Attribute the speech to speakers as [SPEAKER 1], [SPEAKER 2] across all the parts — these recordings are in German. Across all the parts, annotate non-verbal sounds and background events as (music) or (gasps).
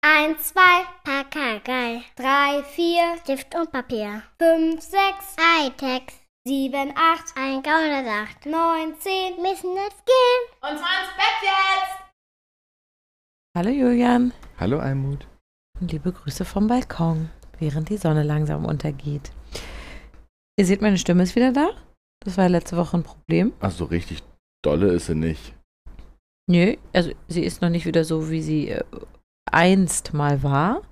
[SPEAKER 1] Eins, zwei, Pakagei.
[SPEAKER 2] Drei, vier,
[SPEAKER 1] Stift und Papier.
[SPEAKER 2] fünf, sechs,
[SPEAKER 1] Hightech.
[SPEAKER 2] sieben, acht,
[SPEAKER 1] Ein Gaunersacht.
[SPEAKER 2] neun, zehn.
[SPEAKER 1] Müssen jetzt gehen.
[SPEAKER 3] Und zwar ins Bett jetzt!
[SPEAKER 4] Hallo Julian,
[SPEAKER 5] Hallo Almut.
[SPEAKER 4] und liebe Grüße vom Balkon, während die Sonne langsam untergeht. Ihr seht, meine Stimme ist wieder da. Das war ja letzte Woche ein Problem.
[SPEAKER 5] Also richtig dolle ist sie nicht.
[SPEAKER 4] Nö, also sie ist noch nicht wieder so, wie sie äh, einst mal war.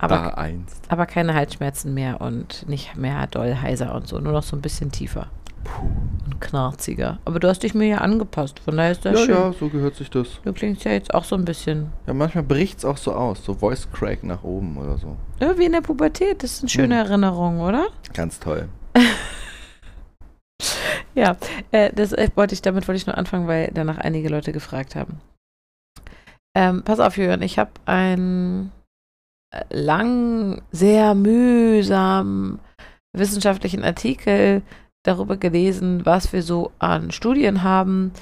[SPEAKER 4] Aber,
[SPEAKER 5] da einst.
[SPEAKER 4] aber keine Halsschmerzen mehr und nicht mehr doll heiser und so. Nur noch so ein bisschen tiefer
[SPEAKER 5] Puh.
[SPEAKER 4] und knarziger. Aber du hast dich mir ja angepasst, von daher ist das
[SPEAKER 5] Ja,
[SPEAKER 4] schön.
[SPEAKER 5] ja, so gehört sich das.
[SPEAKER 4] Du klingst ja jetzt auch so ein bisschen
[SPEAKER 5] Ja, manchmal bricht's auch so aus. So Voice Crack nach oben oder so.
[SPEAKER 4] äh, wie in der Pubertät. Das ist eine schöne
[SPEAKER 5] Mhm.
[SPEAKER 4] Erinnerung, oder?
[SPEAKER 5] Ganz toll.
[SPEAKER 4] Ja, äh, das äh, wollte ich, damit wollte ich nur anfangen, weil danach einige Leute gefragt haben. Ähm, pass auf, Jürgen, ich habe einen äh, lang, sehr mühsamen wissenschaftlichen Artikel darüber gelesen, was wir so an Studien haben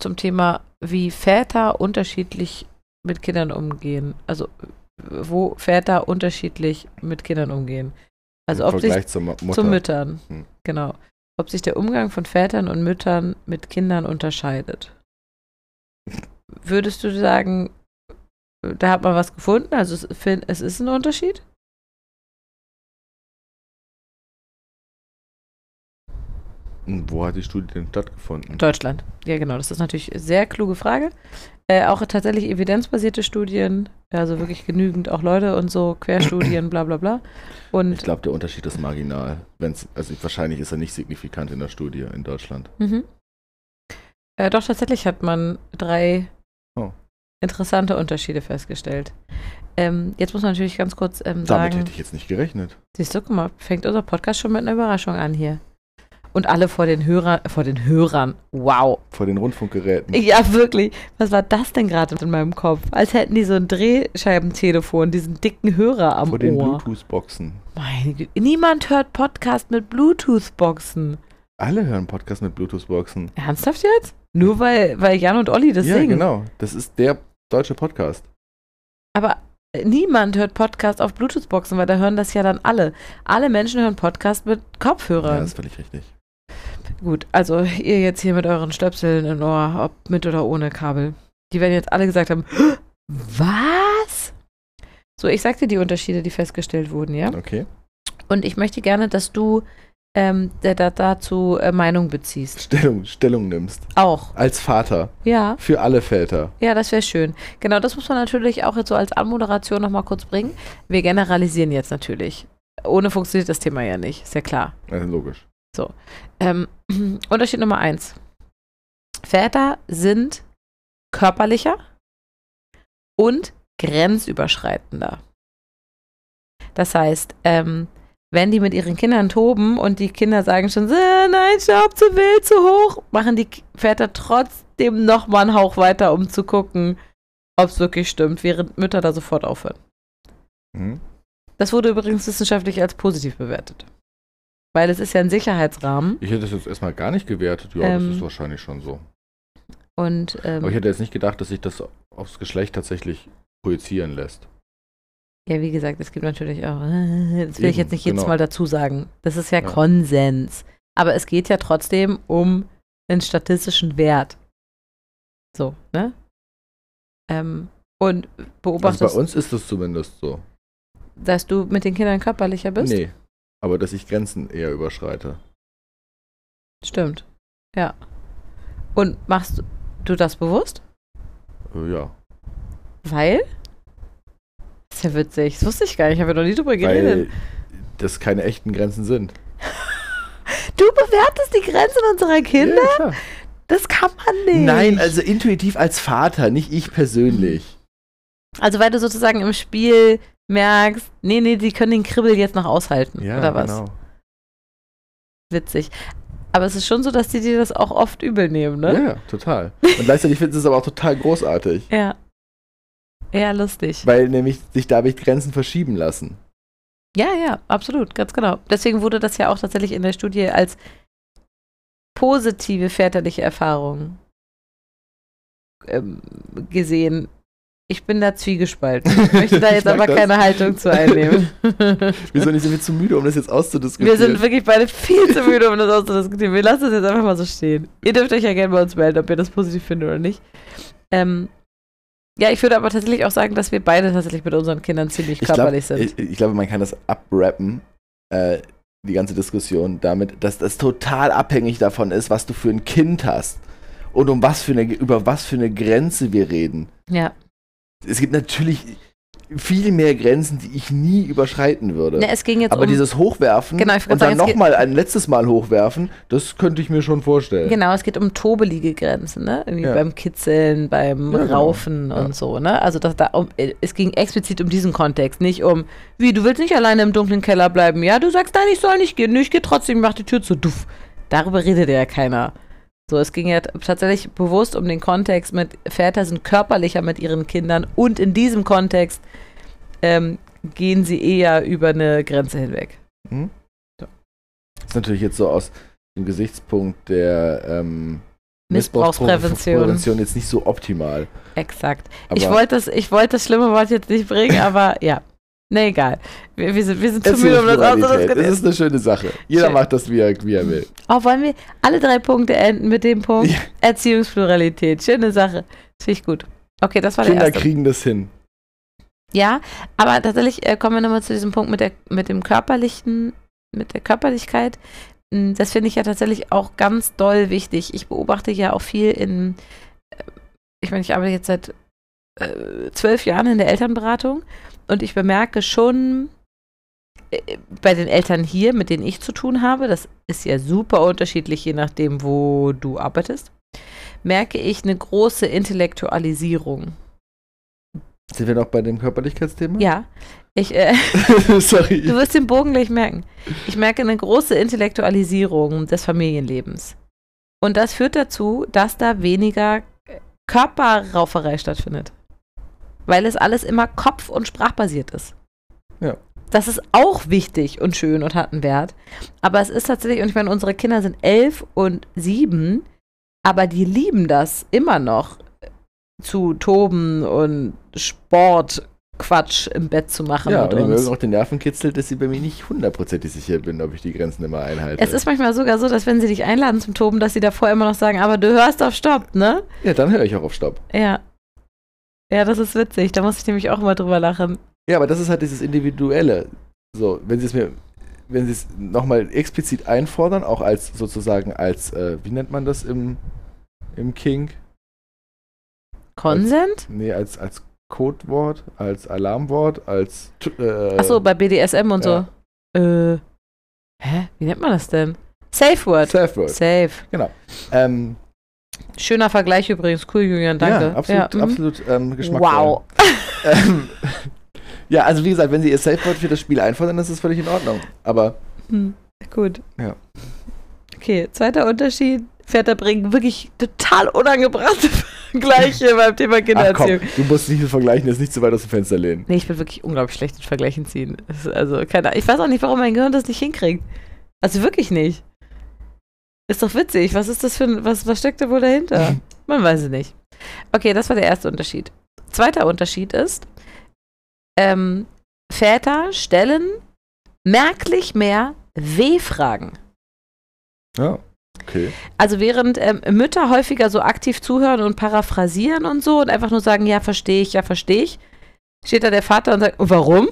[SPEAKER 4] zum Thema, wie Väter unterschiedlich mit Kindern umgehen. Also, äh, wo Väter unterschiedlich mit Kindern umgehen. Also,
[SPEAKER 5] Im
[SPEAKER 4] ob sich
[SPEAKER 5] Vergleich zur Mu- Mutter.
[SPEAKER 4] zu Müttern.
[SPEAKER 5] Hm.
[SPEAKER 4] Genau. Ob sich der Umgang von Vätern und Müttern mit Kindern unterscheidet. Würdest du sagen, da hat man was gefunden? Also es, fin- es ist ein Unterschied?
[SPEAKER 5] Und Hm, Wo hat die Studie denn stattgefunden?
[SPEAKER 4] Deutschland. Ja, genau. Das ist natürlich eine sehr kluge Frage. Äh, auch tatsächlich evidenzbasierte Studien, also wirklich genügend auch Leute und so, Querstudien, bla bla bla. Und
[SPEAKER 5] Ich glaube, der Unterschied ist marginal. Wenn's, also wahrscheinlich ist er nicht signifikant in der Studie in Deutschland.
[SPEAKER 4] Mhm. Äh, doch, tatsächlich hat man drei
[SPEAKER 5] Oh.
[SPEAKER 4] interessante Unterschiede festgestellt. Ähm, jetzt muss man natürlich ganz kurz ähm,
[SPEAKER 5] Damit
[SPEAKER 4] sagen,
[SPEAKER 5] hätte ich jetzt nicht gerechnet.
[SPEAKER 4] siehst du, guck mal, fängt unser Podcast schon mit einer Überraschung an hier. Und alle vor den Hörern, vor den Hörern, wow.
[SPEAKER 5] Vor den Rundfunkgeräten.
[SPEAKER 4] Ja, wirklich. Was war das denn gerade in meinem Kopf? Als hätten die so ein Drehscheibentelefon, diesen dicken Hörer am
[SPEAKER 5] vor den
[SPEAKER 4] Ohr.
[SPEAKER 5] Bluetooth-Boxen.
[SPEAKER 4] Meine Güte. Niemand hört Podcast mit Bluetooth-Boxen.
[SPEAKER 5] Alle hören Podcasts mit Bluetooth-Boxen.
[SPEAKER 4] Ernsthaft jetzt? Nur weil, weil Jan und Olli das
[SPEAKER 5] Ja,
[SPEAKER 4] singen.
[SPEAKER 5] genau. Das ist der deutsche Podcast.
[SPEAKER 4] Aber äh, niemand hört Podcast auf Bluetooth-Boxen, weil da hören das ja dann alle. Alle Menschen hören Podcast mit
[SPEAKER 5] Ja,
[SPEAKER 4] Kopfhörern.
[SPEAKER 5] das ist völlig richtig.
[SPEAKER 4] Gut, also ihr jetzt hier mit euren Stöpseln im Ohr, ob mit oder ohne Kabel. Die werden jetzt alle gesagt haben, (gasps) was? So, ich sagte die Unterschiede, die festgestellt wurden, ja.
[SPEAKER 5] Okay.
[SPEAKER 4] Und ich möchte gerne, dass du ähm, da, da, dazu äh, Meinung beziehst.
[SPEAKER 5] Stellung, Stellung nimmst.
[SPEAKER 4] Auch,
[SPEAKER 5] Als Vater.
[SPEAKER 4] ja.
[SPEAKER 5] Für alle Väter.
[SPEAKER 4] Ja, das wäre schön. Genau, das muss man natürlich auch jetzt so als Anmoderation nochmal kurz bringen. Wir generalisieren jetzt natürlich. Ohne funktioniert das Thema ja nicht, ist ja klar.
[SPEAKER 5] Also logisch.
[SPEAKER 4] Ähm, (clears throat) Unterschied Nummer eins. Väter sind körperlicher und grenzüberschreitender. Das heißt, ähm, wenn die mit ihren Kindern toben und die Kinder sagen schon, "Äh, nein, stopp, zu wild, zu hoch, machen die K- Väter trotzdem nochmal einen Hauch weiter, um zu gucken, ob es wirklich stimmt, während Mütter da sofort aufhören.
[SPEAKER 5] Mhm.
[SPEAKER 4] Das wurde übrigens wissenschaftlich als positiv bewertet. Weil es ist ja ein Sicherheitsrahmen
[SPEAKER 5] Ich hätte das jetzt erstmal gar nicht gewertet. Ja,
[SPEAKER 4] Ähm.
[SPEAKER 5] das ist wahrscheinlich schon so.
[SPEAKER 4] und ähm,
[SPEAKER 5] Aber ich hätte jetzt nicht gedacht, dass sich das aufs Geschlecht tatsächlich projizieren lässt. Also
[SPEAKER 4] Ja, wie gesagt, es gibt natürlich auch. (laughs) äh, Das will ich
[SPEAKER 5] Eben,
[SPEAKER 4] jetzt nicht jedes
[SPEAKER 5] genau.
[SPEAKER 4] Mal dazu sagen. Das ist ja,
[SPEAKER 5] Ja.
[SPEAKER 4] Konsens. Aber es geht ja trotzdem um einen statistischen Wert. So, ne? Ähm, und
[SPEAKER 5] Also
[SPEAKER 4] beobachtest,
[SPEAKER 5] bei uns ist das zumindest so.
[SPEAKER 4] dass du mit den Kindern körperlicher bist?
[SPEAKER 5] Nee. Aber dass ich Grenzen eher überschreite.
[SPEAKER 4] Stimmt. Ja. Und machst du das bewusst?
[SPEAKER 5] Äh, Ja.
[SPEAKER 4] Weil? Das ist ja witzig. Das wusste ich gar nicht. Ich habe ja noch nie drüber geredet.
[SPEAKER 5] Weil das keine echten Grenzen sind.
[SPEAKER 4] Du bewertest die Grenzen unserer Kinder?
[SPEAKER 5] Ja, klar.
[SPEAKER 4] Das kann man nicht.
[SPEAKER 5] Nein, also intuitiv als Vater, nicht ich persönlich.
[SPEAKER 4] Also weil du sozusagen im Spiel merkst, nee, nee, die können den Kribbel jetzt noch aushalten. Hm. oder was?
[SPEAKER 5] genau.
[SPEAKER 4] Witzig. Aber es ist schon so, dass die dir das auch oft übel nehmen, ne?
[SPEAKER 5] Ja, total. Und gleichzeitig finden sie es aber auch total großartig.
[SPEAKER 4] Ja. Ja, lustig.
[SPEAKER 5] Weil nämlich sich dadurch Grenzen verschieben lassen.
[SPEAKER 4] Ja, ja, absolut, ganz genau. Deswegen wurde das ja auch tatsächlich in der Studie als positive väterliche Erfahrung ähm, gesehen, Ich bin da zwiegespalten. Ich möchte
[SPEAKER 5] (laughs)
[SPEAKER 4] da
[SPEAKER 5] Ich
[SPEAKER 4] jetzt
[SPEAKER 5] mag
[SPEAKER 4] aber
[SPEAKER 5] das.
[SPEAKER 4] keine Haltung zu
[SPEAKER 5] (laughs)
[SPEAKER 4] einnehmen.
[SPEAKER 5] Wieso nicht, sind wir zu müde, um das jetzt auszudiskutieren?
[SPEAKER 4] Wir sind wirklich beide viel zu müde, um das auszudiskutieren. Wir lassen das jetzt einfach mal so stehen. Ihr dürft euch ja gerne bei uns melden, ob ihr das positiv findet oder nicht. Ähm, ja, ich würde aber tatsächlich auch sagen, dass wir beide tatsächlich mit unseren Kindern ziemlich
[SPEAKER 5] ich, glaub,
[SPEAKER 4] körperlich sind.
[SPEAKER 5] ich, ich glaube, man kann das abrappen, äh, die ganze Diskussion damit, dass das total abhängig davon ist, was du für ein Kind hast und um was für eine, über was für eine Grenze wir reden.
[SPEAKER 4] ja.
[SPEAKER 5] Es gibt natürlich viel mehr Grenzen, die ich nie überschreiten würde.
[SPEAKER 4] Ne, es ging jetzt
[SPEAKER 5] Aber
[SPEAKER 4] um,
[SPEAKER 5] dieses Hochwerfen
[SPEAKER 4] Genau, ich wollte
[SPEAKER 5] und dann
[SPEAKER 4] sagen, es geht-
[SPEAKER 5] nochmal ein letztes Mal hochwerfen, das könnte ich mir schon vorstellen.
[SPEAKER 4] genau, es geht um tobelige Grenzen, ne? Irgendwie
[SPEAKER 5] Äh. Ja.
[SPEAKER 4] beim Kitzeln, beim
[SPEAKER 5] Ja, genau.
[SPEAKER 4] Raufen
[SPEAKER 5] Ja.
[SPEAKER 4] und so, ne? Also das, da, um, es ging explizit um diesen Kontext, nicht um, wie, du willst nicht alleine im dunklen Keller bleiben, ja? Du sagst, nein, ich soll nicht gehen, Nö, ich gehe trotzdem, mach die Tür zu, duff. Darüber redet ja keiner. So, es ging ja t- tatsächlich bewusst um den Kontext mit Väter sind körperlicher mit ihren Kindern und in diesem Kontext ähm, gehen sie eher über eine Grenze hinweg.
[SPEAKER 5] Das Hm? ist natürlich jetzt so aus dem Gesichtspunkt der ähm,
[SPEAKER 4] Missbrauchsprävention.
[SPEAKER 5] Missbrauchsprävention jetzt nicht so optimal.
[SPEAKER 4] Exakt.
[SPEAKER 5] Aber
[SPEAKER 4] ich wollte das, ich wollte das schlimme Wort jetzt nicht
[SPEAKER 5] (laughs)
[SPEAKER 4] bringen, aber ja. Na egal. Wir, wir sind, wir sind zu
[SPEAKER 5] Es ist
[SPEAKER 4] müde, um das
[SPEAKER 5] Pluralität. Es
[SPEAKER 4] auszudiskutieren.
[SPEAKER 5] ist eine schöne Sache. Jeder
[SPEAKER 4] Schön.
[SPEAKER 5] macht das, wie er, wie er will.
[SPEAKER 4] Oh, wollen wir alle drei Punkte enden mit dem Punkt?
[SPEAKER 5] Ja.
[SPEAKER 4] Erziehungspluralität. Schöne Sache. Das finde ich gut. Okay, das war der
[SPEAKER 5] Kinder
[SPEAKER 4] erste.
[SPEAKER 5] kriegen das hin.
[SPEAKER 4] Ja, aber tatsächlich äh, kommen wir nochmal zu diesem Punkt mit der, mit dem körperlichen, mit der Körperlichkeit. Mm, Das finde ich ja tatsächlich auch ganz doll wichtig. Ich beobachte ja auch viel in, äh, ich meine, ich arbeite jetzt seit äh, zwölf Jahren in der Elternberatung und ich bemerke schon äh, bei den Eltern hier, mit denen ich zu tun habe, das ist ja super unterschiedlich, je nachdem, wo du arbeitest, merke ich eine große Intellektualisierung.
[SPEAKER 5] Sind wir noch bei dem Körperlichkeitsthema? (laughs)
[SPEAKER 4] Ja, ich, äh,
[SPEAKER 5] Sorry.
[SPEAKER 4] (laughs) Du wirst den Bogen gleich merken. Ich merke eine große Intellektualisierung des Familienlebens. Und das führt dazu, dass da weniger äh, Körperrauferei stattfindet. Weil es alles immer kopf- und sprachbasiert ist.
[SPEAKER 5] Ja.
[SPEAKER 4] Das ist auch wichtig und schön und hat einen Wert. Aber es ist tatsächlich, und ich meine, unsere Kinder sind elf und sieben, aber die lieben das immer noch äh, zu toben und Sport. Quatsch im Bett zu machen
[SPEAKER 5] ja,
[SPEAKER 4] mit
[SPEAKER 5] und die
[SPEAKER 4] uns.
[SPEAKER 5] mögen auch den Nerven kitzeln, dass ich bei mir nicht hundertprozentig sicher bin, ob ich die Grenzen immer einhalte.
[SPEAKER 4] Es ist manchmal sogar so, dass wenn sie dich einladen zum Toben, dass sie davor immer noch sagen, aber du hörst auf Stopp, ne?
[SPEAKER 5] ja, dann höre ich auch auf Stopp.
[SPEAKER 4] Ja. Ja, das ist witzig. Da muss ich nämlich auch immer drüber lachen.
[SPEAKER 5] Ja, aber das ist halt dieses Individuelle. So, wenn sie es mir, wenn sie es nochmal explizit einfordern, auch als sozusagen als, äh, wie nennt man das im, im King?
[SPEAKER 4] Consent?
[SPEAKER 5] Nee, als, als Codewort, als Alarmwort, als. t- Äh,
[SPEAKER 4] Achso, bei BDSM und
[SPEAKER 5] ja.
[SPEAKER 4] so. Äh. Hä? Wie nennt man das denn? Safe Word.
[SPEAKER 5] Self-Word.
[SPEAKER 4] Safe.
[SPEAKER 5] Ähm,
[SPEAKER 4] Schöner Vergleich übrigens. Cool, Julian, danke.
[SPEAKER 5] Ja, absolut,
[SPEAKER 4] mhm.
[SPEAKER 5] absolut ähm, geschmackvoll.
[SPEAKER 4] Wow.
[SPEAKER 5] Ähm, (laughs) ja, also wie gesagt, wenn sie ihr Safe-Word für das Spiel einfordern, ist das völlig in Ordnung. Aber
[SPEAKER 4] Hm, Gut.
[SPEAKER 5] Ja.
[SPEAKER 4] Okay, zweiter Unterschied. Väter bringen wirklich total unangebrachte (laughs) Vergleiche beim Thema
[SPEAKER 5] ach
[SPEAKER 4] Kindererziehung.
[SPEAKER 5] komm, du musst nicht vergleichen, das ist nicht zu weit aus dem Fenster lehnen.
[SPEAKER 4] Nee, ich bin wirklich unglaublich schlecht in Vergleichen ziehen. Es ist Also, keine Ahnung. Ich weiß auch nicht, warum mein Gehirn das nicht hinkriegt. Also wirklich nicht. Ist doch witzig. Was ist das für ein. Was, was steckt da wohl dahinter? Man weiß es nicht. Okay, das war der erste Unterschied. Zweiter Unterschied ist, ähm, Väter stellen merklich mehr W-Fragen.
[SPEAKER 5] Ja. Okay.
[SPEAKER 4] Also während ähm, Mütter häufiger so aktiv zuhören und paraphrasieren und so und einfach nur sagen, ja, verstehe ich, ja, verstehe ich, steht da der Vater und sagt, warum?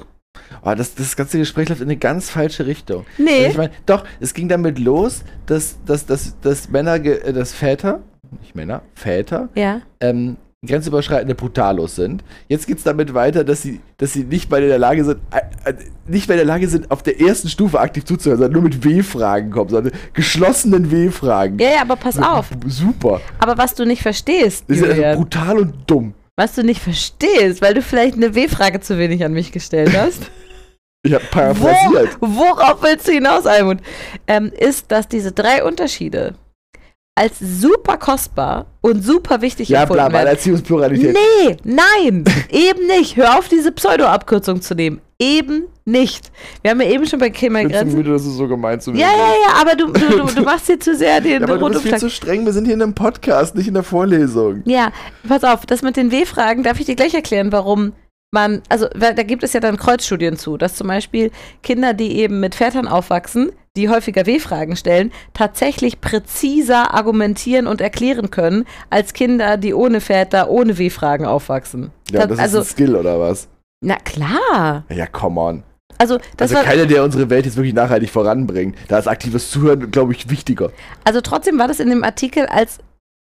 [SPEAKER 5] Oh, das, das ganze Gespräch läuft in eine ganz falsche Richtung. Also
[SPEAKER 4] Nee.
[SPEAKER 5] Ich meine, doch, es ging damit los, dass, dass, dass, dass Männer, ge- äh, dass Väter, nicht Männer, Väter,
[SPEAKER 4] Ja.
[SPEAKER 5] ähm, grenzüberschreitende Brutalos sind. Jetzt geht's damit weiter, dass sie, dass sie nicht mehr in der Lage sind, äh, äh, nicht mehr in der Lage sind, auf der ersten Stufe aktiv zuzuhören, sondern nur mit W-Fragen kommen, sondern geschlossenen W-Fragen.
[SPEAKER 4] Ja, ja, aber pass auf.
[SPEAKER 5] Super.
[SPEAKER 4] Aber was du nicht verstehst,
[SPEAKER 5] Das ist also
[SPEAKER 4] Julian,
[SPEAKER 5] brutal und dumm.
[SPEAKER 4] was du nicht verstehst, weil du vielleicht eine W-Frage zu wenig an mich gestellt
[SPEAKER 5] (laughs)
[SPEAKER 4] hast.
[SPEAKER 5] Ich halt. habe paraphrasiert.
[SPEAKER 4] Wo, worauf willst du hinaus, Almut? Ähm, ist, dass diese drei Unterschiede als super kostbar und super wichtig
[SPEAKER 5] Ja,
[SPEAKER 4] empfunden
[SPEAKER 5] bla, bla,
[SPEAKER 4] werden.
[SPEAKER 5] Erziehungspluralität.
[SPEAKER 4] Nee, nein, (laughs) eben nicht. Hör auf, diese Pseudo-Abkürzung zu nehmen. Eben nicht. Wir haben ja eben schon bei Thema
[SPEAKER 5] Ich bin zu
[SPEAKER 4] Grenzen.
[SPEAKER 5] müde, dass du so gemein zu mir
[SPEAKER 4] Ja,
[SPEAKER 5] bist.
[SPEAKER 4] ja, ja, aber du, du, du, du machst hier zu sehr den
[SPEAKER 5] Ja, aber du bist viel
[SPEAKER 4] Rundumschlag.
[SPEAKER 5] zu streng. Wir sind hier in einem Podcast, nicht in der Vorlesung.
[SPEAKER 4] Ja, pass auf, das mit den W-Fragen darf ich dir gleich erklären, warum man, also weil da gibt es ja dann Kreuzstudien zu, dass zum Beispiel Kinder, die eben mit Vätern aufwachsen, die häufiger W-Fragen stellen, tatsächlich präziser argumentieren und erklären können, als Kinder, die ohne Väter, ohne W-Fragen aufwachsen.
[SPEAKER 5] Ja,
[SPEAKER 4] Ta-
[SPEAKER 5] das
[SPEAKER 4] also,
[SPEAKER 5] ist ein Skill oder was?
[SPEAKER 4] na klar.
[SPEAKER 5] Ja, come on.
[SPEAKER 4] Also, das
[SPEAKER 5] Also
[SPEAKER 4] war,
[SPEAKER 5] keiner, der unsere Welt jetzt wirklich nachhaltig voranbringt. Da ist aktives Zuhören, glaube ich, wichtiger.
[SPEAKER 4] also trotzdem war das in dem Artikel als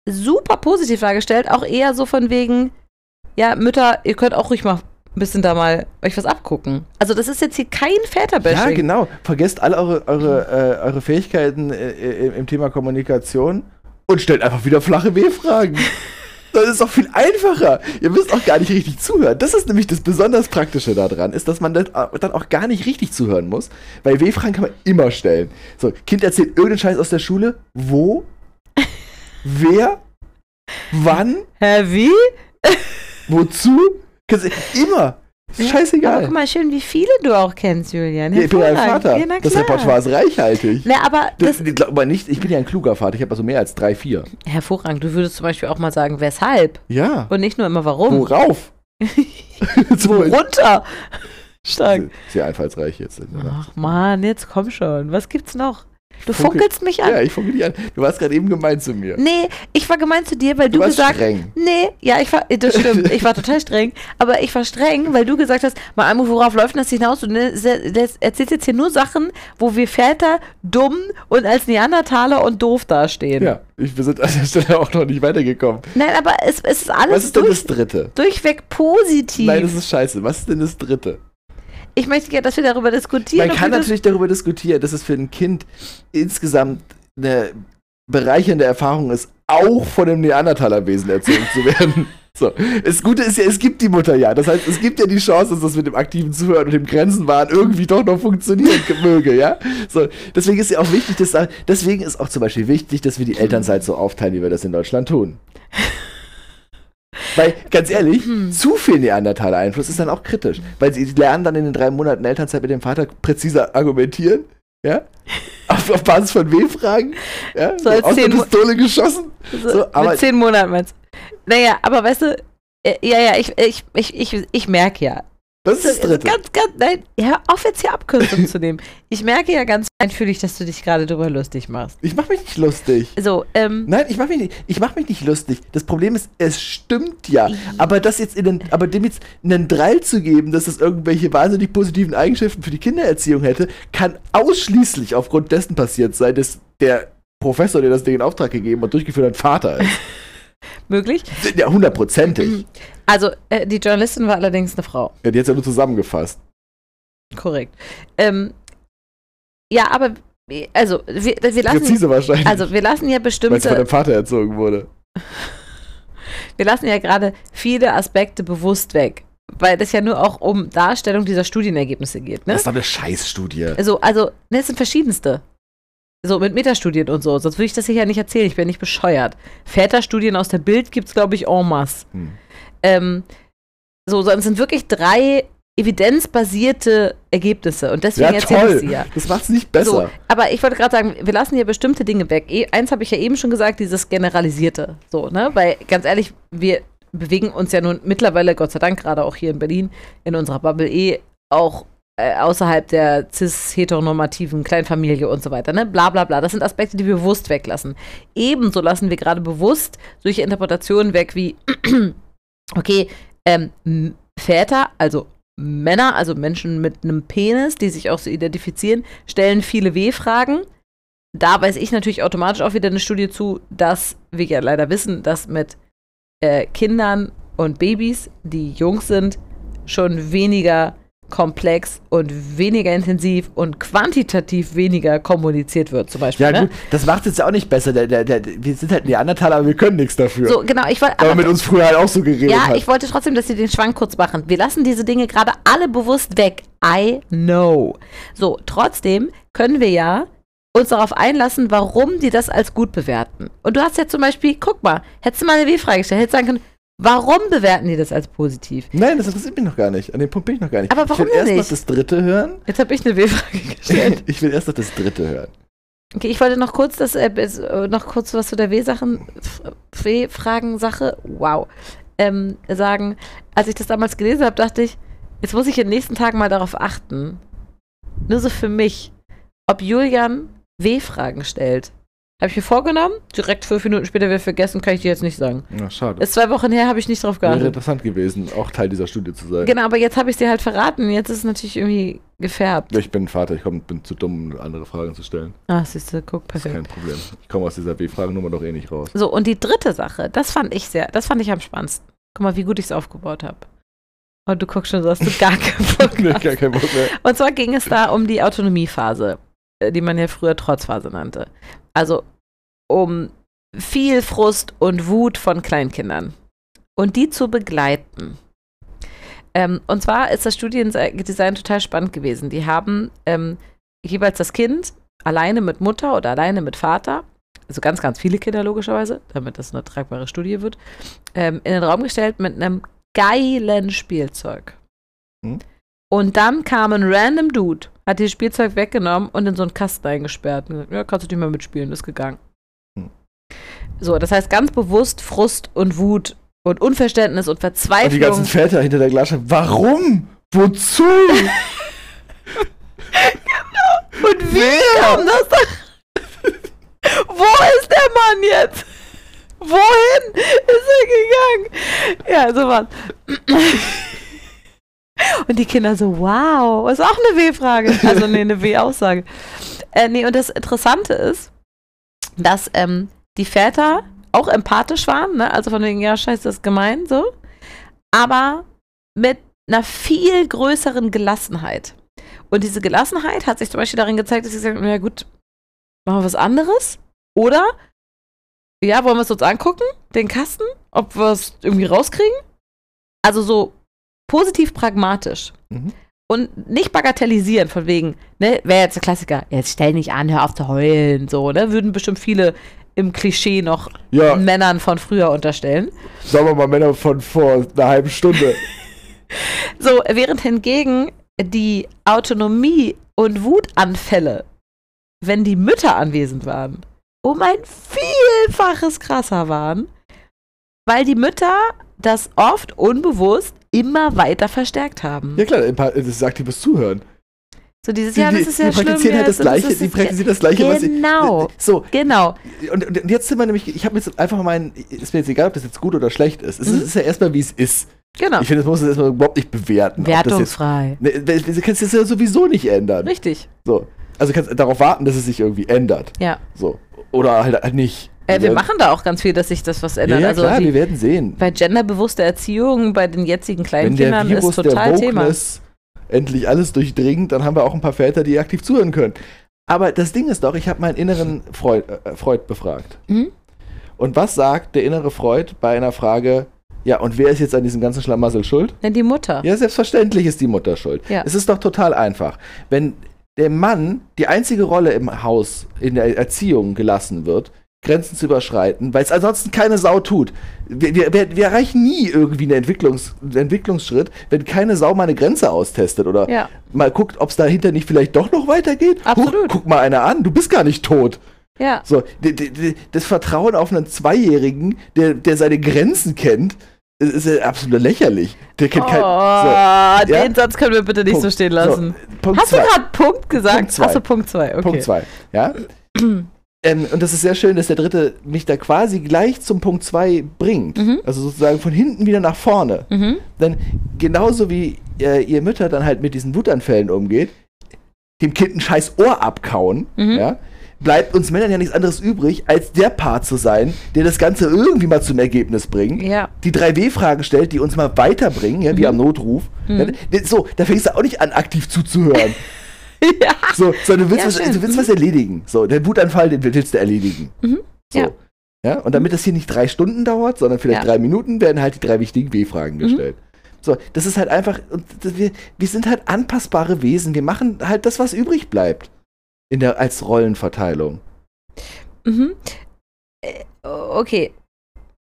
[SPEAKER 4] super positiv dargestellt, auch eher so von wegen, ja, Mütter, ihr könnt auch ruhig mal ein bisschen da mal euch was abgucken. Also das ist jetzt hier kein Väterbashing.
[SPEAKER 5] Ja, genau. Vergesst alle eure, eure, äh, eure Fähigkeiten äh, im, im Thema Kommunikation und stellt einfach wieder
[SPEAKER 4] (laughs)
[SPEAKER 5] flache W-Fragen. Das ist doch viel einfacher. Ihr müsst auch gar nicht richtig zuhören. Das ist nämlich das besonders Praktische daran, ist, dass man das äh, dann auch gar nicht richtig zuhören muss, weil W-Fragen kann man immer stellen. So, Kind erzählt irgendeinen Scheiß aus der Schule.
[SPEAKER 4] (laughs)
[SPEAKER 5] Wo? Wer? Wann?
[SPEAKER 4] Hä, wie?
[SPEAKER 5] Wozu? Kannst du- Immer.
[SPEAKER 4] Aber
[SPEAKER 5] Scheißegal.
[SPEAKER 4] guck mal, schön, wie viele du auch kennst, Julian.
[SPEAKER 5] ich bin ja ein
[SPEAKER 4] Hervorragend.
[SPEAKER 5] Vater.
[SPEAKER 4] Ja, na
[SPEAKER 5] das
[SPEAKER 4] klar.
[SPEAKER 5] Repertoire ist reichhaltig.
[SPEAKER 4] Na, aber
[SPEAKER 5] Das,
[SPEAKER 4] das,
[SPEAKER 5] das, glaub mal nicht, ich bin ja ein kluger Vater, ich habe also mehr als drei, vier.
[SPEAKER 4] hervorragend. Du würdest zum Beispiel auch mal sagen, weshalb
[SPEAKER 5] Ja.
[SPEAKER 4] und nicht nur immer warum.
[SPEAKER 5] Worauf? (laughs) Zum Beispiel.
[SPEAKER 4] Runter. Stark.
[SPEAKER 5] Sehr einfallsreich jetzt. ne? Ja,
[SPEAKER 4] Ach man, jetzt komm schon. Was gibt's noch? Du
[SPEAKER 5] Funkel-
[SPEAKER 4] funkelst mich an.
[SPEAKER 5] ich funkel dich an. Du warst gerade eben gemein zu mir.
[SPEAKER 4] Nee, ich war gemein zu dir, weil
[SPEAKER 5] Du
[SPEAKER 4] du,
[SPEAKER 5] warst
[SPEAKER 4] gesagt
[SPEAKER 5] streng.
[SPEAKER 4] Nee, ja, ich war, das stimmt, ich war total streng, aber ich war streng, weil du gesagt hast, mal Anruf, worauf läuft denn das hinaus? Du ne- se- des- erzählst jetzt hier nur Sachen, wo wir Väter dumm und als Neandertaler und doof dastehen.
[SPEAKER 5] Ja, ich, wir sind an der Stelle auch noch nicht weitergekommen.
[SPEAKER 4] Nein, aber es, es ist
[SPEAKER 5] Was
[SPEAKER 4] alles
[SPEAKER 5] ist denn
[SPEAKER 4] durch,
[SPEAKER 5] das Dritte?
[SPEAKER 4] durchweg positiv.
[SPEAKER 5] Nein, das ist scheiße. Was ist denn das Dritte?
[SPEAKER 4] ich möchte gerne, dass wir darüber diskutieren.
[SPEAKER 5] Man
[SPEAKER 4] ob
[SPEAKER 5] kann
[SPEAKER 4] wir das-
[SPEAKER 5] natürlich darüber diskutieren, dass es für ein Kind insgesamt eine bereichernde Erfahrung ist, auch von einem Neandertalerwesen erzählt zu
[SPEAKER 4] (laughs)
[SPEAKER 5] werden. So. Das Gute ist ja, es gibt die Mutter ja. Das heißt, es gibt ja die Chance, dass das mit dem aktiven Zuhören und dem Grenzenwahren irgendwie doch noch funktionieren ge- möge, ja? So. Deswegen ist ja auch wichtig, dass, da- deswegen ist auch zum Beispiel wichtig, dass wir die Elternzeit so aufteilen, wie wir das in Deutschland tun. Weil, ganz ehrlich,
[SPEAKER 4] Hm.
[SPEAKER 5] zu viel Neandertaler-Einfluss ist dann auch kritisch. Weil sie lernen dann in den drei Monaten Elternzeit mit dem Vater präziser argumentieren, ja?
[SPEAKER 4] (laughs)
[SPEAKER 5] Auf, auf Basis von W-Fragen, ja?
[SPEAKER 4] So als
[SPEAKER 5] aus der
[SPEAKER 4] zehn Mo-
[SPEAKER 5] Pistole geschossen.
[SPEAKER 4] So,
[SPEAKER 5] So, aber-
[SPEAKER 4] mit zehn Monaten meinst du. Naja, aber weißt du, äh, ja, ja, ich, ich, ich, ich, ich merke ja,
[SPEAKER 5] Das ist das Dritte.
[SPEAKER 4] Ganz, ganz, nein, hör auf jetzt hier Abkürzungen zu nehmen. Ich merke ja ganz einfühlig, dass du dich gerade drüber lustig machst.
[SPEAKER 5] Ich mach mich nicht lustig.
[SPEAKER 4] So, ähm,
[SPEAKER 5] Nein, ich mach mich nicht, ich mach mich nicht lustig. Das Problem ist, es stimmt ja. Aber das jetzt in den, aber dem jetzt einen Drall zu geben, dass das irgendwelche wahnsinnig positiven Eigenschaften für die Kindererziehung hätte, kann ausschließlich aufgrund dessen passiert sein, dass der Professor, der das Ding in Auftrag gegeben und durchgeführt hat,
[SPEAKER 4] (laughs)
[SPEAKER 5] Vater ist.
[SPEAKER 4] möglich.
[SPEAKER 5] Ja, hundertprozentig.
[SPEAKER 4] Also, äh, die Journalistin war allerdings eine Frau.
[SPEAKER 5] Ja, die hat's ja nur zusammengefasst.
[SPEAKER 4] Korrekt. Ähm, ja, aber, äh, also, wir, wir lassen.
[SPEAKER 5] Präzise wahrscheinlich.
[SPEAKER 4] Also, Ne? wir lassen ja
[SPEAKER 5] weil es von
[SPEAKER 4] bestimmte,
[SPEAKER 5] dem Vater erzogen wurde.
[SPEAKER 4] wir lassen ja gerade viele Aspekte bewusst weg, weil das ja nur auch um Darstellung dieser Studienergebnisse geht, ne?
[SPEAKER 5] Das ist doch eine Scheißstudie.
[SPEAKER 4] Also, also, ne, es sind verschiedenste. So mit Metastudien und so. Sonst würde ich das hier ja nicht erzählen. Ich bin nicht bescheuert. Väterstudien aus der Bild gibt's glaube ich, en masse.
[SPEAKER 5] Hm.
[SPEAKER 4] Ähm, so, sonst sind wirklich drei evidenzbasierte Ergebnisse. Und deswegen
[SPEAKER 5] Ja,
[SPEAKER 4] erzähle ich
[SPEAKER 5] toll.
[SPEAKER 4] sie ja.
[SPEAKER 5] Das macht's nicht
[SPEAKER 4] So,
[SPEAKER 5] besser.
[SPEAKER 4] aber ich wollte gerade sagen, wir lassen ja bestimmte Dinge weg. E eins habe ich ja eben schon gesagt, dieses Generalisierte. So, ne? Weil, ganz ehrlich, wir bewegen uns ja nun mittlerweile, Gott sei Dank, gerade auch hier in Berlin, in unserer Bubble eh auch äh, außerhalb der cis-heteronormativen Kleinfamilie und so weiter, ne? Bla bla bla. Das sind Aspekte, die wir bewusst weglassen. Ebenso lassen wir gerade bewusst solche Interpretationen weg wie, (clears throat) okay, ähm, M- Väter, also Männer, also Menschen mit einem Penis, die sich auch so identifizieren, stellen viele W-Fragen. Da weiß ich natürlich automatisch auch wieder eine Studie zu, dass wir ja leider wissen, dass mit äh, Kindern und Babys, die jung sind, schon weniger komplex und weniger intensiv und quantitativ weniger kommuniziert wird, zum Beispiel.
[SPEAKER 5] Ja,
[SPEAKER 4] ne?
[SPEAKER 5] gut, das macht's jetzt ja auch nicht besser. Der, der, der, wir sind halt Neandertaler, aber wir können nichts dafür.
[SPEAKER 4] So, genau, ich wollte.
[SPEAKER 5] weil man mit uns früher halt auch so geredet
[SPEAKER 4] Ja,
[SPEAKER 5] hat.
[SPEAKER 4] ich wollte trotzdem, dass sie den Schwank kurz machen. Wir lassen diese Dinge gerade alle bewusst weg. I know. So, trotzdem können wir ja uns darauf einlassen, warum die das als gut bewerten. Und du hast ja zum Beispiel, guck mal, hättest du mal eine W-Frage gestellt, hättest sagen können, warum bewerten die das als positiv?
[SPEAKER 5] Nein, das interessiert mich noch gar nicht. An dem Punkt bin ich noch gar nicht.
[SPEAKER 4] Aber warum
[SPEAKER 5] ich will erst
[SPEAKER 4] denn
[SPEAKER 5] noch
[SPEAKER 4] nicht?
[SPEAKER 5] das dritte hören.
[SPEAKER 4] Jetzt habe ich eine W-Frage (laughs) gestellt.
[SPEAKER 5] (laughs) ich will erst noch das dritte hören.
[SPEAKER 4] Okay, ich wollte noch kurz das, äh, bis- äh, noch kurz was zu der W-Sachen, W-Fragen-Sache, wow, ähm, sagen. Als ich das damals gelesen habe, dachte ich, jetzt muss ich in den nächsten Tagen mal darauf achten. Nur so für mich, ob Julian W-Fragen stellt. Habe ich mir vorgenommen, direkt fünf Minuten später wieder vergessen, kann ich dir jetzt nicht sagen.
[SPEAKER 5] Na, schade.
[SPEAKER 4] Ist zwei Wochen her, habe ich nicht drauf
[SPEAKER 5] Wäre
[SPEAKER 4] geachtet.
[SPEAKER 5] interessant gewesen, auch Teil dieser Studie zu sein.
[SPEAKER 4] Genau, aber jetzt habe ich dir halt verraten. Jetzt ist es natürlich irgendwie gefärbt.
[SPEAKER 5] Ich bin Vater, ich komm, bin zu dumm, um andere Fragen zu stellen.
[SPEAKER 4] Ah, siehst du, guck,
[SPEAKER 5] Das ist
[SPEAKER 4] perfekt.
[SPEAKER 5] kein Problem. Ich komme aus dieser W-Fragennummer doch eh nicht raus.
[SPEAKER 4] (laughs)
[SPEAKER 5] (laughs)
[SPEAKER 4] So, und die dritte Sache, das fand ich sehr, das fand ich am spannendsten. Guck mal, wie gut ich es aufgebaut habe. Und du guckst schon, so hast du gar keinen
[SPEAKER 5] (laughs)
[SPEAKER 4] Bock.
[SPEAKER 5] Nee, gar kein Bock mehr.
[SPEAKER 4] Und zwar ging es da um die Autonomiephase, äh, die man ja früher Trotzphase nannte. Also um viel Frust und Wut von Kleinkindern und die zu begleiten. Ähm, und zwar ist das Studiendesign total spannend gewesen. Die haben ähm, jeweils das Kind alleine mit Mutter oder alleine mit Vater, also ganz, ganz viele Kinder logischerweise, damit das eine tragbare Studie wird, ähm, in den Raum gestellt mit einem geilen Spielzeug.
[SPEAKER 5] Hm.
[SPEAKER 4] Und dann kam ein random Dude, hat ihr Spielzeug weggenommen und in so einen Kasten eingesperrt und gesagt, ja, kannst du nicht mehr mitspielen, ist gegangen.
[SPEAKER 5] Hm.
[SPEAKER 4] So, das heißt ganz bewusst Frust und Wut und Unverständnis und Verzweiflung.
[SPEAKER 5] Und die ganzen Väter hinter der Glasscheibe. Warum?
[SPEAKER 4] (laughs)
[SPEAKER 5] Wozu?
[SPEAKER 4] Und wie kam das da? (laughs) Wo ist der Mann jetzt? Wohin ist er gegangen? Ja, sowas. (laughs) Und die Kinder so, wow, ist auch eine W-Frage. Also, nee, eine W-Aussage. Äh, nee, und das Interessante ist, dass ähm, die Väter auch empathisch waren, ne? also von wegen, ja, scheiße, das ist gemein, so. Aber mit einer viel größeren Gelassenheit. Und diese Gelassenheit hat sich zum Beispiel darin gezeigt, dass sie gesagt haben, na gut, machen wir was anderes? Oder, ja, wollen wir es uns angucken, den Kasten, ob wir es irgendwie rauskriegen? Also so positiv pragmatisch.
[SPEAKER 5] Mhm.
[SPEAKER 4] Und nicht bagatellisieren, von wegen, ne, wäre jetzt der Klassiker, jetzt stell nicht an, hör auf zu heulen, so, ne, würden bestimmt viele im Klischee noch
[SPEAKER 5] Ja,
[SPEAKER 4] Männern von früher unterstellen.
[SPEAKER 5] sagen wir mal Männer von vor einer halben Stunde.
[SPEAKER 4] So, während hingegen die Autonomie und Wutanfälle, wenn die Mütter anwesend waren, um ein Vielfaches krasser waren, weil die Mütter das oft unbewusst immer weiter verstärkt haben.
[SPEAKER 5] Ja klar, Empath- das ist aktives Zuhören.
[SPEAKER 4] So dieses,
[SPEAKER 5] Die,
[SPEAKER 4] ja,
[SPEAKER 5] die,
[SPEAKER 4] das ist ja
[SPEAKER 5] die
[SPEAKER 4] schlimm.
[SPEAKER 5] praktizieren halt
[SPEAKER 4] jetzt
[SPEAKER 5] das
[SPEAKER 4] und
[SPEAKER 5] Gleiche,
[SPEAKER 4] ist
[SPEAKER 5] die
[SPEAKER 4] jetzt-
[SPEAKER 5] praktizieren das Gleiche, was sie...
[SPEAKER 4] Genau.
[SPEAKER 5] So,
[SPEAKER 4] Genau.
[SPEAKER 5] und, und jetzt sind wir nämlich, ich habe jetzt einfach meinen, ist mir jetzt egal, ob das jetzt gut oder schlecht ist. Es ist-
[SPEAKER 4] Mhm.
[SPEAKER 5] es ist ja erstmal, wie es ist.
[SPEAKER 4] Genau.
[SPEAKER 5] Ich finde, das muss man erstmal überhaupt nicht bewerten. ob das jetzt-
[SPEAKER 4] Wertungsfrei.
[SPEAKER 5] Ne, Du kannst es ja sowieso nicht ändern.
[SPEAKER 4] Richtig.
[SPEAKER 5] So. Also kannst darauf warten, dass es sich irgendwie ändert.
[SPEAKER 4] Ja.
[SPEAKER 5] So. Oder halt, halt nicht.
[SPEAKER 4] Äh, wir
[SPEAKER 5] werden-
[SPEAKER 4] machen da auch ganz viel, dass sich das was
[SPEAKER 5] ja,
[SPEAKER 4] ändert.
[SPEAKER 5] ja,
[SPEAKER 4] also
[SPEAKER 5] klar,
[SPEAKER 4] die,
[SPEAKER 5] wir werden sehen.
[SPEAKER 4] bei genderbewusster Erziehung, bei den jetzigen kleinen
[SPEAKER 5] Wenn der
[SPEAKER 4] Kindern
[SPEAKER 5] Virus
[SPEAKER 4] ist
[SPEAKER 5] der
[SPEAKER 4] total Thema.
[SPEAKER 5] Wokeness endlich alles durchdringt, dann haben wir auch ein paar Väter, die aktiv zuhören können. Aber das Ding ist doch, ich habe meinen inneren Freud, äh, Freud befragt.
[SPEAKER 4] Mhm.
[SPEAKER 5] Und was sagt der innere Freud bei einer Frage, ja, und wer ist jetzt an diesem ganzen Schlamassel schuld?
[SPEAKER 4] Ne, die Mutter.
[SPEAKER 5] Ja, selbstverständlich ist die Mutter schuld.
[SPEAKER 4] Ja.
[SPEAKER 5] Es ist doch total einfach. Wenn der Mann die einzige Rolle im Haus, in der Erziehung gelassen wird, Grenzen zu überschreiten, weil es ansonsten keine Sau tut. Wir, wir, wir, wir erreichen nie irgendwie einen, Entwicklungs, einen Entwicklungsschritt, wenn keine Sau mal eine Grenze austestet oder
[SPEAKER 4] Ja.
[SPEAKER 5] mal guckt, ob es dahinter nicht vielleicht doch noch weitergeht. Huch,
[SPEAKER 4] Absolut.
[SPEAKER 5] guck mal einer an, du bist gar nicht tot.
[SPEAKER 4] Ja.
[SPEAKER 5] So, d- d- d- das Vertrauen auf einen Zweijährigen, der, der seine Grenzen kennt, ist, ist ja absolut lächerlich. Der kennt (laughs) kein. So.
[SPEAKER 4] Oh,
[SPEAKER 5] Ja.
[SPEAKER 4] den Satz können wir bitte nicht
[SPEAKER 5] Punkt.
[SPEAKER 4] so stehen lassen.
[SPEAKER 5] So, Punkt
[SPEAKER 4] Hast
[SPEAKER 5] zwei.
[SPEAKER 4] du gerade Punkt
[SPEAKER 5] Punkt
[SPEAKER 4] gesagt?
[SPEAKER 5] zwei.
[SPEAKER 4] Achso, Punkt 2. Okay.
[SPEAKER 5] Punkt zwei,
[SPEAKER 4] (clears throat)
[SPEAKER 5] ja. ähm, und das ist sehr schön, dass der dritte mich da quasi gleich zum Punkt zwei bringt. Also sozusagen von hinten wieder nach vorne.
[SPEAKER 4] Mhm.
[SPEAKER 5] Denn genauso wie äh, ihr Mütter dann halt mit diesen Wutanfällen umgeht, dem Kind ein scheiß Ohr abkauen,
[SPEAKER 4] Mhm.
[SPEAKER 5] ja, bleibt uns Männern ja nichts anderes übrig, als der Part zu sein, der das Ganze irgendwie mal zum Ergebnis bringt.
[SPEAKER 4] Ja. (laughs) Mhm.
[SPEAKER 5] Die 3W-Fragen stellt, die uns mal weiterbringen, ja, wie am Notruf. Ja, so, da fängst du auch nicht an, aktiv zuzuhören.
[SPEAKER 4] Ja.
[SPEAKER 5] So, so du, willst
[SPEAKER 4] Ja,
[SPEAKER 5] was,
[SPEAKER 4] schön. Mhm.
[SPEAKER 5] du willst was erledigen. So, den Wutanfall, den willst du erledigen. So.
[SPEAKER 4] Ja.
[SPEAKER 5] Ja. Und damit das hier nicht drei Stunden dauert, sondern vielleicht
[SPEAKER 4] Ja. Mhm.
[SPEAKER 5] drei Minuten, werden halt die drei wichtigen W-Fragen gestellt. So, das ist halt einfach, und das, wir, wir sind halt anpassbare Wesen. Wir machen halt das, was übrig bleibt. in der, als Rollenverteilung.
[SPEAKER 4] Mhm. Äh, Okay.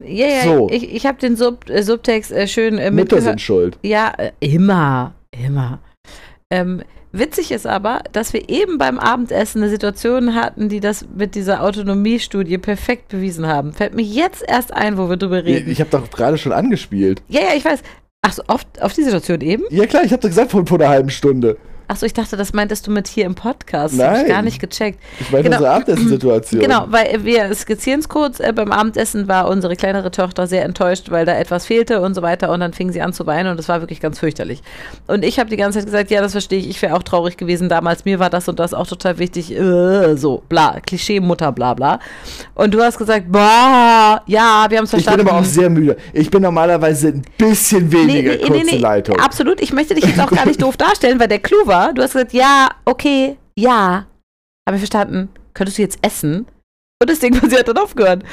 [SPEAKER 4] Ja, ja,
[SPEAKER 5] So.
[SPEAKER 4] ich, ich habe den Sub, äh, Subtext äh, schön äh,
[SPEAKER 5] Mütter
[SPEAKER 4] mitgehört.
[SPEAKER 5] sind schuld.
[SPEAKER 4] Ja, äh, immer, immer. Ähm, witzig ist aber, dass wir eben beim Abendessen eine Situation hatten, die das mit dieser Autonomiestudie perfekt bewiesen haben. Fällt mir jetzt erst ein, wo wir drüber
[SPEAKER 5] Ich,
[SPEAKER 4] reden.
[SPEAKER 5] ich habe doch gerade schon angespielt.
[SPEAKER 4] Ja, ja, ich weiß. Ach so, auf, auf die Situation eben?
[SPEAKER 5] Ja klar, ich habe doch gesagt vor, vor einer halben Stunde.
[SPEAKER 4] Ach so, ich dachte, das meintest du mit hier im Podcast. Das hab ich
[SPEAKER 5] Nein.
[SPEAKER 4] gar nicht gecheckt.
[SPEAKER 5] Ich meine
[SPEAKER 4] Genau.
[SPEAKER 5] unsere Abendessen-Situation.
[SPEAKER 4] Genau, weil wir skizzieren es kurz. Äh, beim Abendessen war unsere kleinere Tochter sehr enttäuscht, weil da etwas fehlte und so weiter. Und dann fing sie an zu weinen und es war wirklich ganz fürchterlich. Und ich habe die ganze Zeit gesagt, ja, das verstehe ich. Ich wäre auch traurig gewesen damals. Mir war das und das auch total wichtig. Äh, so, bla, Klischee, Mutter, bla, bla. Und du hast gesagt, bah, ja, wir haben es
[SPEAKER 5] Ich bin
[SPEAKER 4] verstanden.
[SPEAKER 5] aber auch sehr müde. Ich bin normalerweise ein bisschen weniger kurze Leitung.
[SPEAKER 4] Absolut, ich möchte dich jetzt auch gar nicht doof darstellen, weil der Clou war, du hast gesagt, ja, okay, ja. Habe ich verstanden. Könntest du jetzt essen? Und das Ding, was sie hat dann aufgehört.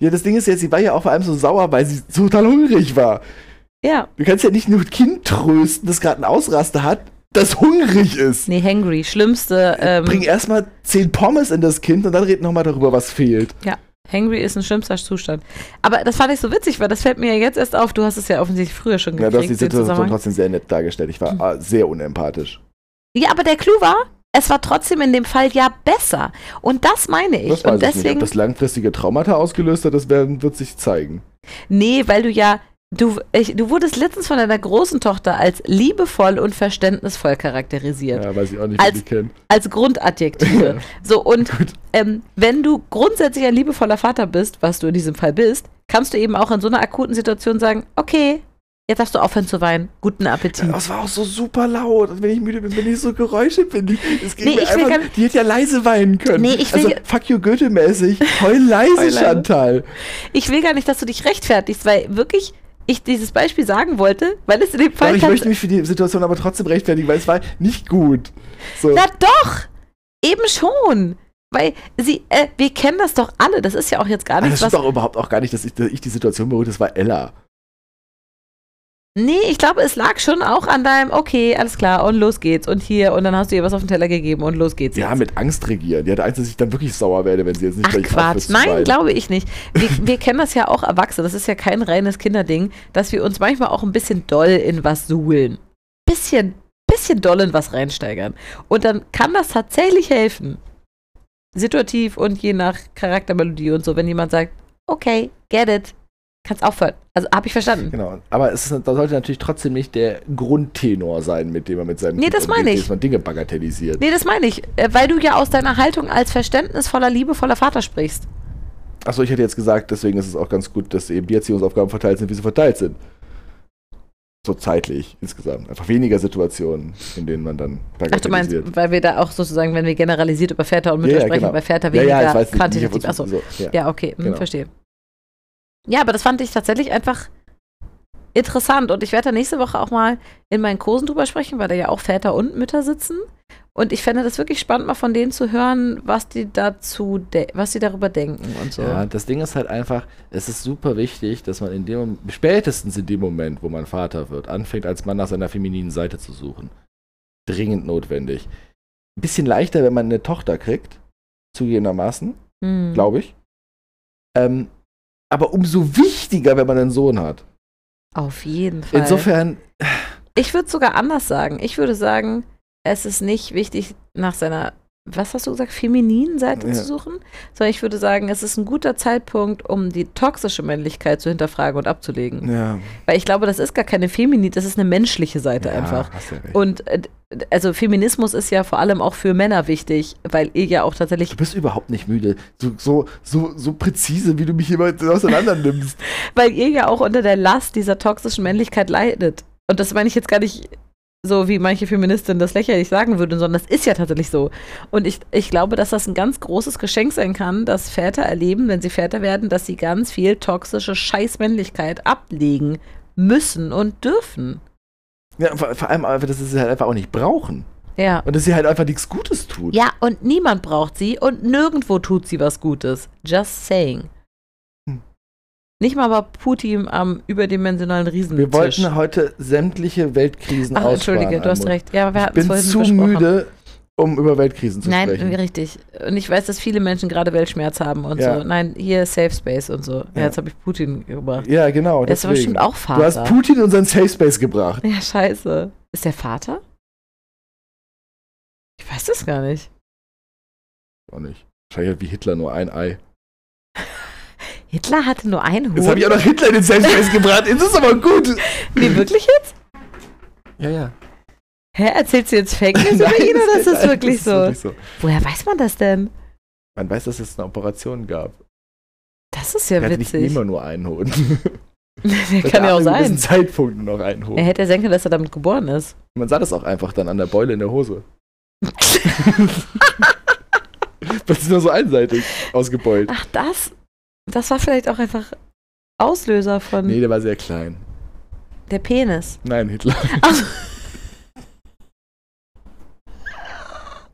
[SPEAKER 5] Ja, das Ding ist jetzt, sie war ja auch vor allem so sauer, weil sie so total hungrig war.
[SPEAKER 4] Ja.
[SPEAKER 5] Du kannst ja nicht nur ein Kind trösten, das gerade einen Ausraster hat, das hungrig ist.
[SPEAKER 4] Nee, hangry. Schlimmste. Ähm,
[SPEAKER 5] Bring erstmal 10 Pommes in das Kind und dann red nochmal darüber, was fehlt.
[SPEAKER 4] ja. Hangry ist ein schlimmster Zustand. Aber das fand ich so witzig, weil das fällt mir ja jetzt erst auf. Du hast es ja offensichtlich früher schon
[SPEAKER 5] Ja,
[SPEAKER 4] gekriegt.
[SPEAKER 5] du hast die
[SPEAKER 4] den
[SPEAKER 5] Situation
[SPEAKER 4] Zusammenhang.
[SPEAKER 5] trotzdem sehr nett dargestellt. Ich war
[SPEAKER 4] Mhm.
[SPEAKER 5] ah, sehr unempathisch.
[SPEAKER 4] ja, aber der Clou war, es war trotzdem in dem Fall ja besser. Und das meine ich.
[SPEAKER 5] Das
[SPEAKER 4] Und
[SPEAKER 5] weiß ich nicht. Ob
[SPEAKER 4] deswegen.
[SPEAKER 5] das langfristige Traumata ausgelöst hat, das werden, wird sich zeigen.
[SPEAKER 4] Nee, weil du ja, du, ich, du wurdest letztens von deiner großen Tochter als liebevoll und verständnisvoll charakterisiert.
[SPEAKER 5] Ja, weiß ich auch nicht, wie
[SPEAKER 4] Als-
[SPEAKER 5] die kennen.
[SPEAKER 4] Als Grundadjektive.
[SPEAKER 5] (laughs) Ja.
[SPEAKER 4] So, und ähm, wenn du grundsätzlich ein liebevoller Vater bist, was du in diesem Fall bist, kannst du eben auch in so einer akuten Situation sagen, okay, jetzt darfst du aufhören zu weinen. Guten Appetit.
[SPEAKER 5] Das war auch so super laut. Und wenn ich müde bin, bin ich so Geräusche bin. ich- Es ging
[SPEAKER 4] Nee,
[SPEAKER 5] mir
[SPEAKER 4] ich will
[SPEAKER 5] einfach,
[SPEAKER 4] gar
[SPEAKER 5] die hätte ja leise weinen können.
[SPEAKER 4] Nee, ich will
[SPEAKER 5] also,
[SPEAKER 4] ge-
[SPEAKER 5] fuck you Goethe-mäßig.
[SPEAKER 4] (laughs)
[SPEAKER 5] Heul
[SPEAKER 4] Heul
[SPEAKER 5] leise,
[SPEAKER 4] leise.
[SPEAKER 5] Chantal.
[SPEAKER 4] Ich will gar nicht, dass du dich rechtfertigst, weil wirklich ich dieses Beispiel sagen wollte, weil es in dem
[SPEAKER 5] Doch,
[SPEAKER 4] Fall...
[SPEAKER 5] ich
[SPEAKER 4] tats-
[SPEAKER 5] möchte mich für die Situation aber trotzdem rechtfertigen, weil es war nicht gut. So.
[SPEAKER 4] Na doch, eben schon. Weil sie, äh, wir kennen das doch alle. Das ist ja auch jetzt gar
[SPEAKER 5] Aber
[SPEAKER 4] nichts,
[SPEAKER 5] das
[SPEAKER 4] was
[SPEAKER 5] stimmt doch überhaupt auch gar nicht, dass ich, dass ich die Situation beruhigt, das war Ella.
[SPEAKER 4] Nee, ich glaube, es lag schon auch an deinem, okay, alles klar, und los geht's. Und hier, und dann hast du ihr was auf den Teller gegeben und los geht's.
[SPEAKER 5] Ja,
[SPEAKER 4] jetzt.
[SPEAKER 5] mit Angst regieren. Die hatte Angst, dass ich dann wirklich sauer werde, wenn sie jetzt nicht
[SPEAKER 4] Ach
[SPEAKER 5] gleich
[SPEAKER 4] Quatsch,
[SPEAKER 5] aufhört zu
[SPEAKER 4] nein,
[SPEAKER 5] weinen.
[SPEAKER 4] glaube ich nicht. Wir, wir kennen das ja auch Erwachsene, das ist ja kein reines Kinderding, dass wir uns manchmal auch ein bisschen doll in was suhlen. Bisschen, bisschen doll in was reinsteigern. Und dann kann das tatsächlich helfen. Situativ und je nach Charaktermelodie und so, wenn jemand sagt, okay, get it, kannst aufhören. Also, habe ich verstanden.
[SPEAKER 5] Genau, aber es ist, da sollte natürlich trotzdem nicht der Grundtenor sein, mit dem man mit seinem
[SPEAKER 4] Nee, das meine
[SPEAKER 5] umgeht,
[SPEAKER 4] ich.
[SPEAKER 5] dass man Dinge bagatellisiert.
[SPEAKER 4] Nee, das meine ich, äh, weil du ja aus deiner Haltung als verständnisvoller, liebevoller Vater sprichst.
[SPEAKER 5] Achso, ich hätte jetzt gesagt, deswegen ist es auch ganz gut, dass eben die Erziehungsaufgaben verteilt sind, wie sie verteilt sind. So zeitlich insgesamt. Einfach weniger Situationen, in denen man dann
[SPEAKER 4] Ach, du meinst,
[SPEAKER 5] bagatellisiert.
[SPEAKER 4] weil wir da auch sozusagen, wenn wir generalisiert über Väter und Mütter
[SPEAKER 5] Ja, ja,
[SPEAKER 4] sprechen,
[SPEAKER 5] genau.
[SPEAKER 4] bei Väter weniger
[SPEAKER 5] ich weiß nicht, nicht auf
[SPEAKER 4] quantitativ.
[SPEAKER 5] uns-
[SPEAKER 4] Achso,
[SPEAKER 5] so, ja.
[SPEAKER 4] ja, okay, hm,
[SPEAKER 5] Genau.
[SPEAKER 4] verstehe. Ja, aber das fand ich tatsächlich einfach interessant und ich werde da nächste Woche auch mal in meinen Kursen drüber sprechen, weil da ja auch Väter und Mütter sitzen. Und ich fände das wirklich spannend, mal von denen zu hören, was die dazu, de was die darüber denken und so.
[SPEAKER 5] Ja, das Ding ist halt einfach, es ist super wichtig, dass man in dem Mom- spätestens in dem Moment, wo man Vater wird, anfängt als Mann nach seiner femininen Seite zu suchen. Dringend notwendig. Ein bisschen leichter, wenn man eine Tochter kriegt, zugegebenermaßen,
[SPEAKER 4] Hm.
[SPEAKER 5] glaube ich. Ähm, aber umso wichtiger, wenn man einen Sohn hat.
[SPEAKER 4] Auf jeden Fall.
[SPEAKER 5] Insofern,
[SPEAKER 4] Ich würde sogar anders sagen. Ich würde sagen, es ist nicht wichtig, nach seiner, was hast du gesagt, femininen Seite
[SPEAKER 5] Ja.
[SPEAKER 4] zu suchen, sondern ich würde sagen, es ist ein guter Zeitpunkt, um die toxische Männlichkeit zu hinterfragen und abzulegen.
[SPEAKER 5] ja.
[SPEAKER 4] Weil ich glaube, das ist gar keine Feminin, das ist eine menschliche Seite einfach.
[SPEAKER 5] Hast ja recht.
[SPEAKER 4] Und äh, d- also Feminismus ist ja vor allem auch für Männer wichtig, weil ihr ja auch tatsächlich,
[SPEAKER 5] Du bist überhaupt nicht müde. So, so, so, so präzise, wie du mich immer auseinander nimmst.
[SPEAKER 4] weil ihr ja auch unter der Last dieser toxischen Männlichkeit leidet. Und das meine ich jetzt gar nicht so, wie manche Feministin das lächerlich sagen würde, sondern das ist ja tatsächlich so. Und ich, ich glaube, dass das ein ganz großes Geschenk sein kann, dass Väter erleben, wenn sie Väter werden, dass sie ganz viel toxische Scheißmännlichkeit ablegen müssen und dürfen.
[SPEAKER 5] Ja, vor, vor allem, einfach, dass sie es halt einfach auch nicht brauchen.
[SPEAKER 4] Ja.
[SPEAKER 5] Und dass sie halt einfach nichts Gutes tut.
[SPEAKER 4] Ja, und niemand braucht sie und nirgendwo tut sie was Gutes. Just saying.
[SPEAKER 5] Hm.
[SPEAKER 4] Nicht mal bei Putin am überdimensionalen Riesentisch.
[SPEAKER 5] Wir wollten heute sämtliche Weltkrisen
[SPEAKER 4] Ach,
[SPEAKER 5] aussparen.
[SPEAKER 4] entschuldige, du hast
[SPEAKER 5] Almut.
[SPEAKER 4] recht. Ja, wir
[SPEAKER 5] Ich
[SPEAKER 4] hatten es
[SPEAKER 5] bin
[SPEAKER 4] vorhin
[SPEAKER 5] zu
[SPEAKER 4] besprochen.
[SPEAKER 5] müde, um über Weltkrisen zu
[SPEAKER 4] Nein,
[SPEAKER 5] sprechen.
[SPEAKER 4] richtig. Und ich weiß, dass viele Menschen gerade Weltschmerz haben und
[SPEAKER 5] Ja.
[SPEAKER 4] so. Nein, hier Safe Space und so. Ja,
[SPEAKER 5] Ja.
[SPEAKER 4] jetzt habe ich Putin gebracht.
[SPEAKER 5] Ja, genau.
[SPEAKER 4] das war
[SPEAKER 5] deswegen.
[SPEAKER 4] bestimmt auch
[SPEAKER 5] Du hast
[SPEAKER 4] Vater.
[SPEAKER 5] Putin in unseren Safe Space gebracht.
[SPEAKER 4] (laughs) ja, scheiße. Ist der Vater? Ich weiß das gar nicht.
[SPEAKER 5] Auch nicht. Wahrscheinlich hat wie Hitler nur ein Ei.
[SPEAKER 4] Hitler hatte nur einen Huhn.
[SPEAKER 5] Jetzt habe ich auch noch Hitler in den Safe
[SPEAKER 4] (laughs)
[SPEAKER 5] Space gebracht. Jetzt ist aber gut.
[SPEAKER 4] nee, wirklich jetzt?
[SPEAKER 5] Ja, ja.
[SPEAKER 4] Hä, erzählst du jetzt Fake
[SPEAKER 5] (laughs)
[SPEAKER 4] News über ihn oder ist das wirklich so? Woher weiß man das denn?
[SPEAKER 5] Man weiß, dass es eine Operation gab.
[SPEAKER 4] Das ist ja
[SPEAKER 5] Der hatte nicht
[SPEAKER 4] witzig.
[SPEAKER 5] immer nur einen Hoden.
[SPEAKER 4] (laughs) Der kann ja auch sein.
[SPEAKER 5] Zeitpunkt nur noch einen Hoden.
[SPEAKER 4] Er hätte ja sein können, dass er damit geboren ist.
[SPEAKER 5] Man sah das auch einfach dann an der Beule in der Hose. Das ist nur so einseitig ausgebeult.
[SPEAKER 4] Ach, das? Das war vielleicht auch einfach Auslöser von
[SPEAKER 5] Nee, der war sehr klein.
[SPEAKER 4] der Penis.
[SPEAKER 5] Nein, Hitler.
[SPEAKER 4] Okay,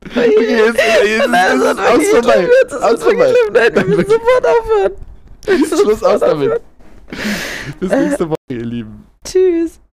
[SPEAKER 5] Okay, jetzt, jetzt, jetzt ist aus vorbei. Aus vorbei.
[SPEAKER 4] Nein, wir müssen sofort aufhören.
[SPEAKER 5] Schluss aus damit. Bis nächste Woche, ihr Lieben.
[SPEAKER 4] Tschüss.